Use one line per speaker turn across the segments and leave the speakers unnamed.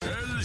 El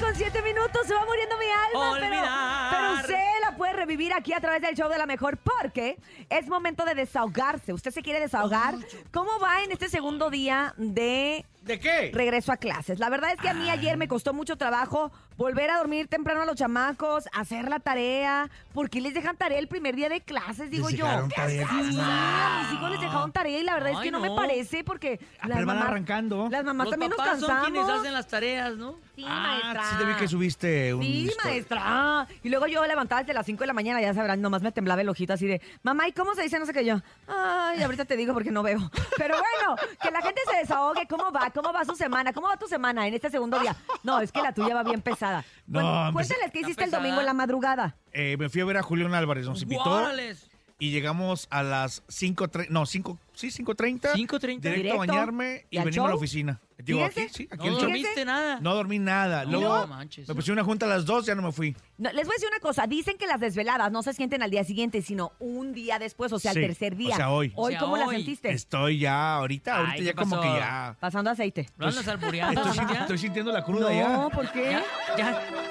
con 7 minutos, se va muriendo mi alma, pero,
Olvidar.
pero usted la puede revivir aquí a través del show de la mejor porque es momento de desahogarse. ¿Usted se quiere desahogar? ¿Cómo va en este segundo día de
¿De qué?
regreso a clases? La verdad es que a mí ayer me costó mucho trabajo volver a dormir temprano a los chamacos, hacer la tarea, porque les dejan tarea el primer día de clases, digo yo.
dejaron tarea.
Sí, a mis hijos les dejaron tarea y la verdad es
Ay,
que no, me
no.
parece porque
Ah, pero van arrancando.
las mamás
Los
también nos
papás
cansamos.
son quienes hacen las tareas, ¿no?
Sí, maestra.
Ah, sí te vi que subiste un...
Sí,
story.
maestra. Ah, Y luego yo levantaba desde las 5 de la mañana, ya sabrán, nomás me temblaba el ojito así de, mamá, ¿y cómo se dice? No sé qué yo. Ay, ahorita te digo porque no veo. Pero bueno, que la gente se desahogue. ¿Cómo va? ¿Cómo va su semana? ¿Cómo va tu semana en este segundo día? No, es que la tuya va bien pesada.
No,
Cuen-
hombre,
cuéntales qué
está
hiciste el
pesada.
domingo en la madrugada.
Eh, me fui a ver a Julián Álvarez, nos invitó
¡Guárales!
y llegamos a las 5.30, no, 5, sí, 5.30.
5:30.
Directo,
Directo.
a bañarme
¿Y
y
al
venimos a la
show?
oficina. Digo, aquí,
Fíjese.
sí,
No
aquí el show.
dormiste nada.
No dormí nada.
No
Luego
manches.
me pusieron una junta a las 2, ya no me fui.
No, les voy a decir una cosa, dicen que las desveladas no se sienten al día siguiente, sino un día después, o sea,
Sí,
el tercer
o
día.
sea, hoy.
Hoy,
O sea,
¿cómo la
hoy.
sentiste?
Estoy ya, ahorita,
Ay,
ahorita
¿qué
ya como
pasó?
que ya...
Pasando aceite.
¿No andas albureando,
Estoy, sin-
Cintia?
estoy sintiendo la cruda
No,
ya.
¿por qué?
Ya,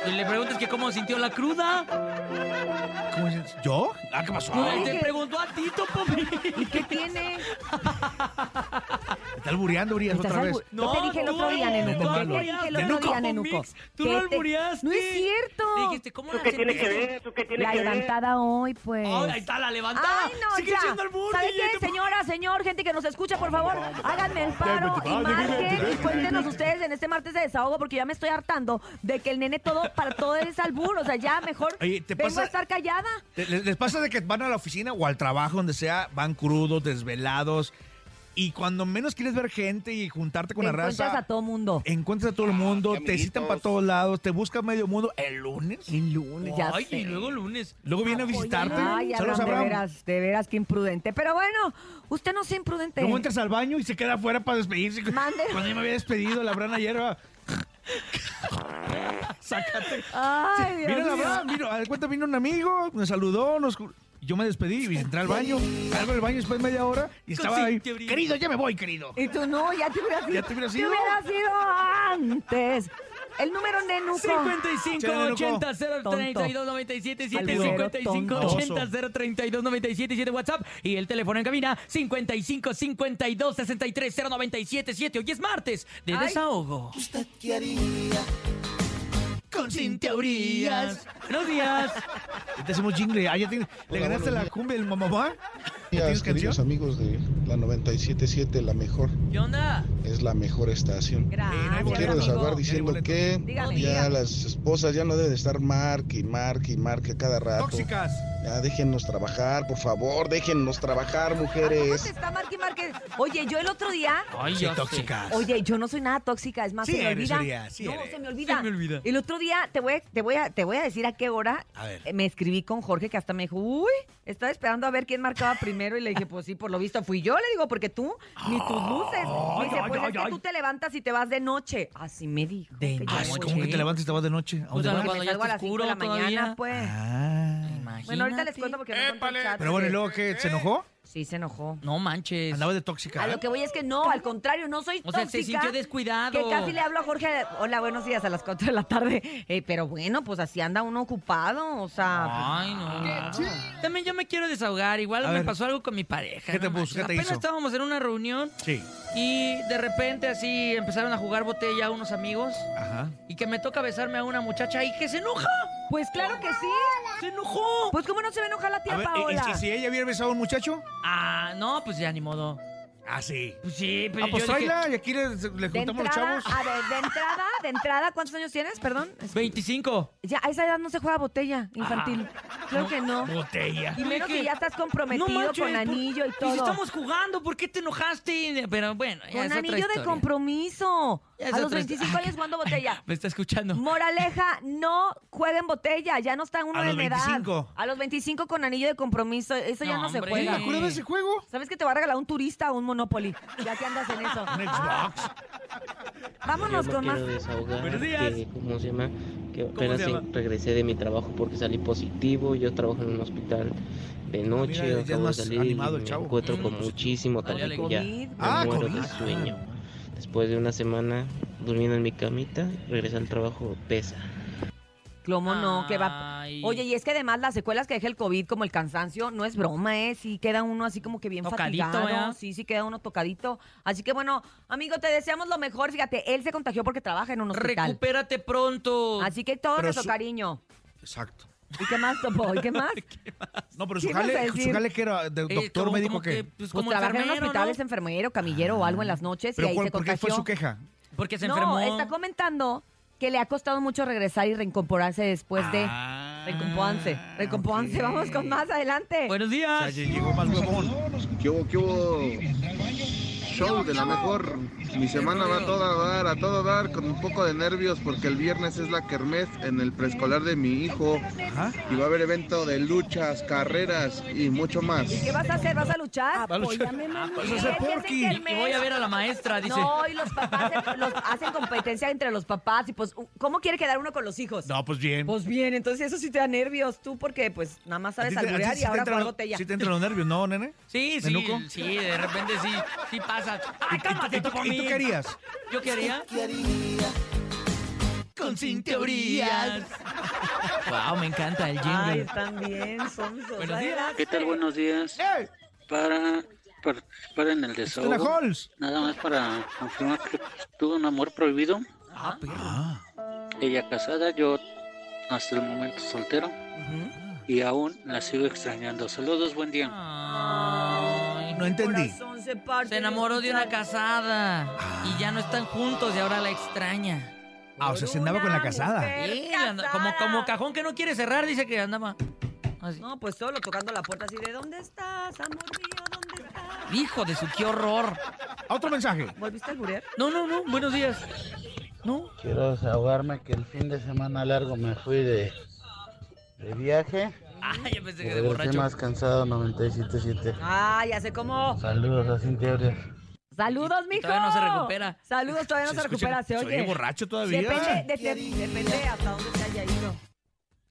ya. Y le preguntas que cómo sintió la cruda.
¿Cómo dices? ¿Yo? Ah, ¿qué pasó?
Ay,
dije-
te preguntó a Tito, papi.
¿Qué tiene?
Me Está albureando, Urias,
Estás
otra vez.
albu- No, te dije el otro día, Nenuco.
no,
Te
no,
dije el
no,
otro
no,
día,
no,
Nenuco.
Mix, tú
Que
no
te-
albureaste.
No es cierto.
Le dijiste, ¿cómo la
¿Tú qué tienes que
sentiste?
ver? ¿Tú qué tienes
La
que ver?
levantada hoy, pues.
Ay, ahí está la levantada.
Ay, no,
Sigue
ya.
siendo albur,
¿Sabe
DJ,
qué,
te-
señora, señor, gente que nos escucha, por favor, háganme el paro y marquen y cuéntenos ustedes en este martes de desahogo porque ya me estoy hartando de que el nene todo para todo es albur, o sea, ya mejor
Oye, ¿te
vengo
pasa-
a estar callada.
¿Te- ¿Les, les pasa de que van a la oficina o al trabajo, donde sea, van crudos, desvelados, y cuando menos quieres ver gente y juntarte con
Te
la
encuentras
raza,
a todo mundo.
encuentras a todo el
Ah,
mundo,
qué
te citan
amiguitos.
para todos lados, te buscan medio mundo el lunes,
El lunes, ya
Ay,
sé.
y luego lunes.
luego viene a visitarte.
Ay, Abraham,
Saludos,
de
Abraham.
veras, de veras, que imprudente. Pero bueno, usted no sea imprudente.
Luego entras al baño y se queda afuera para despedirse.
Mande.
Cuando yo me había despedido, la brana hierba. Sácate.
Ay, Dios
Mira la
mío.
Abraham, vino, a cuenta vino un amigo, me saludó, nos ju- yo me despedí y entré al baño, salgo del baño después de media hora y estaba ahí.
Cintia Brillo.
Querido, ya me voy, querido.
Y tú no, ya te hubieras ido.
Ya te hubieras ido.
hubieras ido antes. El número de Nuco.
55 80 032 97 7 55 80 032 97 7 WhatsApp y el teléfono en cabina 55 52 63 097 7 hoy es martes de
Ay.
desahogo
¿Usted qué haría?
con Cintia Urias buenos días
Te hacemos jingle. Ah, ya tienes- ¿Le
Hola,
ganaste
buenos
la cumbia del mamá?
Días,
¿Tienes
queridos
canción?
amigos de la 97.7, la mejor,
¿qué onda?
es la mejor
Ay,
estación. Me
boleto,
quiero
Gracias,
amigo.
desahogar
amigo.
diciendo
Ya hay boleto.
que
Dígame.
ya las esposas ya no deben de estar marque y marque y marque a cada rato.
Tóxicas.
Ya déjennos trabajar, por favor, déjennos trabajar,
¿Cómo
mujeres.
te está Marqui Márquez? Oye, yo el otro día...
ay
Sí,
ya sé.
tóxicas.
Oye, yo no soy nada tóxica, es más,
Sí
se me
eres,
olvida.
Urias, sí
no,
eres.
se me olvida.
Se me olvida.
El otro día te voy, a- te voy, a, te voy a decir a qué hora
A ver.
eh, me escribí con Jorge, que hasta me dijo, uy, estaba esperando a ver quién marcaba primero. Y le dije, pues sí, por lo visto fui yo. Le digo, porque tú, ni tus luces. Me dice,
ay,
pues
ay,
es que
ay.
tú te levantas y te vas de noche. Así me dijo.
De
que yo me
Ah,
noche.
sí,
voy
¿cómo que
de
te levantas y te vas de noche? ¿A dónde
Pues,
vas?
Cuando
me
ya
salgo a
está
las 5 de la
oscuro
mañana,
todavía.
pues.
Ah.
Bueno, ahorita les
Imagínate.
cuento porque no encuentro el chat.
Pero bueno, ¿y luego qué? ¿Se enojó?
Sí, se enojó.
no manches
Andaba de tóxica. ¿eh?
A lo que voy es que no, al contrario, no soy
O
tóxica.
sea, se sintió descuidado.
Que casi le hablo a Jorge, hola, buenos días, a las 4 de la tarde. Eh, pero bueno, pues así anda uno ocupado, o sea...
Ay, no. También yo me quiero desahogar. Igual
A
me
ver.
pasó algo con mi pareja.
¿Qué te
no
puso?
manches.
¿Qué te
Apenas
hizo?
estábamos en una reunión
Sí.
y de repente así empezaron a jugar botella unos amigos
Ajá.
y que me toca besarme a una muchacha y que se enoja.
Pues claro que sí.
¡Se enojó!
Pues cómo no se va a enojar la
A
tía
ver, eh, ¿y-
Paola.
¿y, si- si ella hubiera besado a un muchacho?
Ah, no, pues ya ni modo.
Ah, sí.
Pues sí, pero
Ah, pues
yo dije,
tráela y aquí le, le
De
juntamos los
entrada,
chavos.
a ver, de entrada, de entrada, ¿cuántos años tienes? Perdón. Es-
25.
Ya, a esa edad no se juega botella infantil.
Ah.
Claro que no.
Botella.
Y menos
Dije,
que ya estás comprometido
manches,
con
¿por-
anillo y
Pues
todo.
estamos jugando, ¿por qué te enojaste? Pero bueno, ya
Con
es otra
anillo de
historia.
compromiso.
Ya es
A los
otra
25
historia.
años jugando botella.
Me está escuchando.
Moraleja, no jueguen botella, ya no está uno
A
de
los
la edad.
25.
A los 25 con anillo de compromiso, eso ya
No,
no se
hombre.
juega.
Sí.
¿Te acuerdas de ese juego?
¿Sabes que te va a regalar un turista o un Monopoly? Ya que andas en eso.
Un Xbox.
Vámonos
Yo me
con más.
quiero desahogar
Buenos días.
que, ¿cómo se llama?
que apenas
se llama?
regresé de mi trabajo porque salí positivo. Yo trabajo en un hospital de noche,
Ah, ya es
acabo de
más
salir y
animado el
me
chavo.
encuentro
Mm.
con muchísimo tabaco ya.
COVID.
Me
Ah,
muero
COVID.
de sueño. Después de una semana durmiendo en mi camita, regresé al trabajo pesa.
¿Cómo no? Que va.
Ay.
Oye, y es que además las secuelas que deja el COVID, como el cansancio, no es broma, ¿eh? Sí queda uno así como que bien
Tocadito,
fatigado.
¿verdad?
Sí, sí queda uno tocadito. Así que bueno, amigo, te deseamos lo mejor. Fíjate, él se contagió porque trabaja en un hospital.
Recupérate pronto.
Así que todo
Pero
nuestro
su-
cariño.
Exacto.
¿Y qué más, Topo? ¿Y qué más?
No, pero su
¿Qué ibas a
jale, su
decir?
jale que era de
Eh,
doctor
como-
médico
como
que...
pues,
Pues
como
trabaja en un
enfermero,
hospital,
¿no?
es enfermero, camillero o algo en las noches y
Pero
ahí
¿cuál-
se
¿por qué
contagió.
fue su queja?
Porque se
no,
enfermó.
está comentando que le ha costado mucho regresar y reincorporarse después de... Recomponse, recomponse.
Ah. ok.
Vamos con más adelante.
Buenos
O
Ah,
sea,
días.
llegó más huevón.
¿Qué hubo, qué hubo? Show de la mejor. Mi semana va a toda dar, a todo dar, con un poco de nervios porque el viernes es la kermés en el preescolar de mi hijo
Ajá.
y va a haber evento de luchas, carreras y mucho más.
¿Qué vas a hacer? ¿Vas a luchar?
Va a luchar. Ah, vas a ser
Dicen que
porky.
el
Y voy a ver a la maestra, dice.
No, y los papás se- los hacen competencia entre los papás y pues, ¿cómo quiere quedar uno con los hijos?
No, pues bien.
Pues bien, entonces eso sí te da nervios tú porque pues nada más
¿A
sabes
ti te- a ti
alburear
sí
y
te
ahora
entran los-
por ya.
Sí te entran los nervios, ¿no, nene?
Sí, sí,
¿Menuco?
sí, de repente sí, sí pasa. ¡Ay,
¿Y
cálmate,
tú,
Topo
y tú
Mix!
qué harías?
¿Yo qué haría? Con sin teorías. wow, me encanta el
Ay,
jingle.
están bien, son son-
Buenos días.
adelante.
¿Qué tal? Buenos días.
¡Eh!
Para participar en el
¡Hola,
desahogo,
Halls!
nada más para confirmar que tuve un amor prohibido.
Ah, perro.
Ella casada, yo hasta el momento soltero
Ujú.
y aún la sigo extrañando. Saludos, buen día.
Ay,
No entendí.
Corazón se parte.
se enamoró de una casada y ya no están juntos y ahora la extraña.
Ah, o sea, se andaba con la
Una
casada.
mujer.
Sí, le anda- como, como cajón que no quiere cerrar, dice que andaba. así.
No, pues solo tocando la puerta así de ¿dónde estás, amor mío? ¿Dónde estás?
Hijo de su, qué horror.
Ah, Otro mensaje.
¿Volviste al alburear?
No, no, no, buenos días. No,
Quiero desahogarme que el fin de semana largo me fui de, de viaje.
ah, ya pensé
Y
que
regresé
de borracho.
más cansado, 97.7.
Ah, ya sé cómo.
Saludos a Cintia Urias.
Saludos,
Y- y
mijo.
todavía no se recupera.
Saludos, todavía no se,
escucha-
recupera, se ¿eh? oye.
oye borracho todavía.
Depende, de- de- depende hasta dónde se haya ido.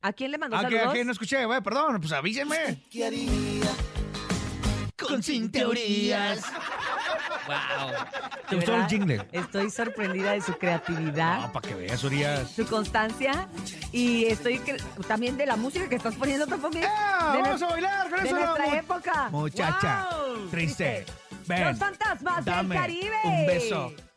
¿A quién le mandó
Ah, que,
saludos?
que no escuché, güey, perdón, pues avísenme.
Con sin teorías. Wow.
¿Te gustó el
¿Verdad?
jingle?
Estoy sorprendida de su creatividad,
No, Ah, para que veas, Urias. ¡Eh,
su constancia y estoy cre- también de la música que estás poniendo Topo Mix.
¡Eh!
de
¡Vamos
nues-
a bailar con
de
eso!
nuestra
mu-
época.
Muchacha,
Wow.
triste. Ven,
Los fantasmas
dame
del Caribe.
un beso.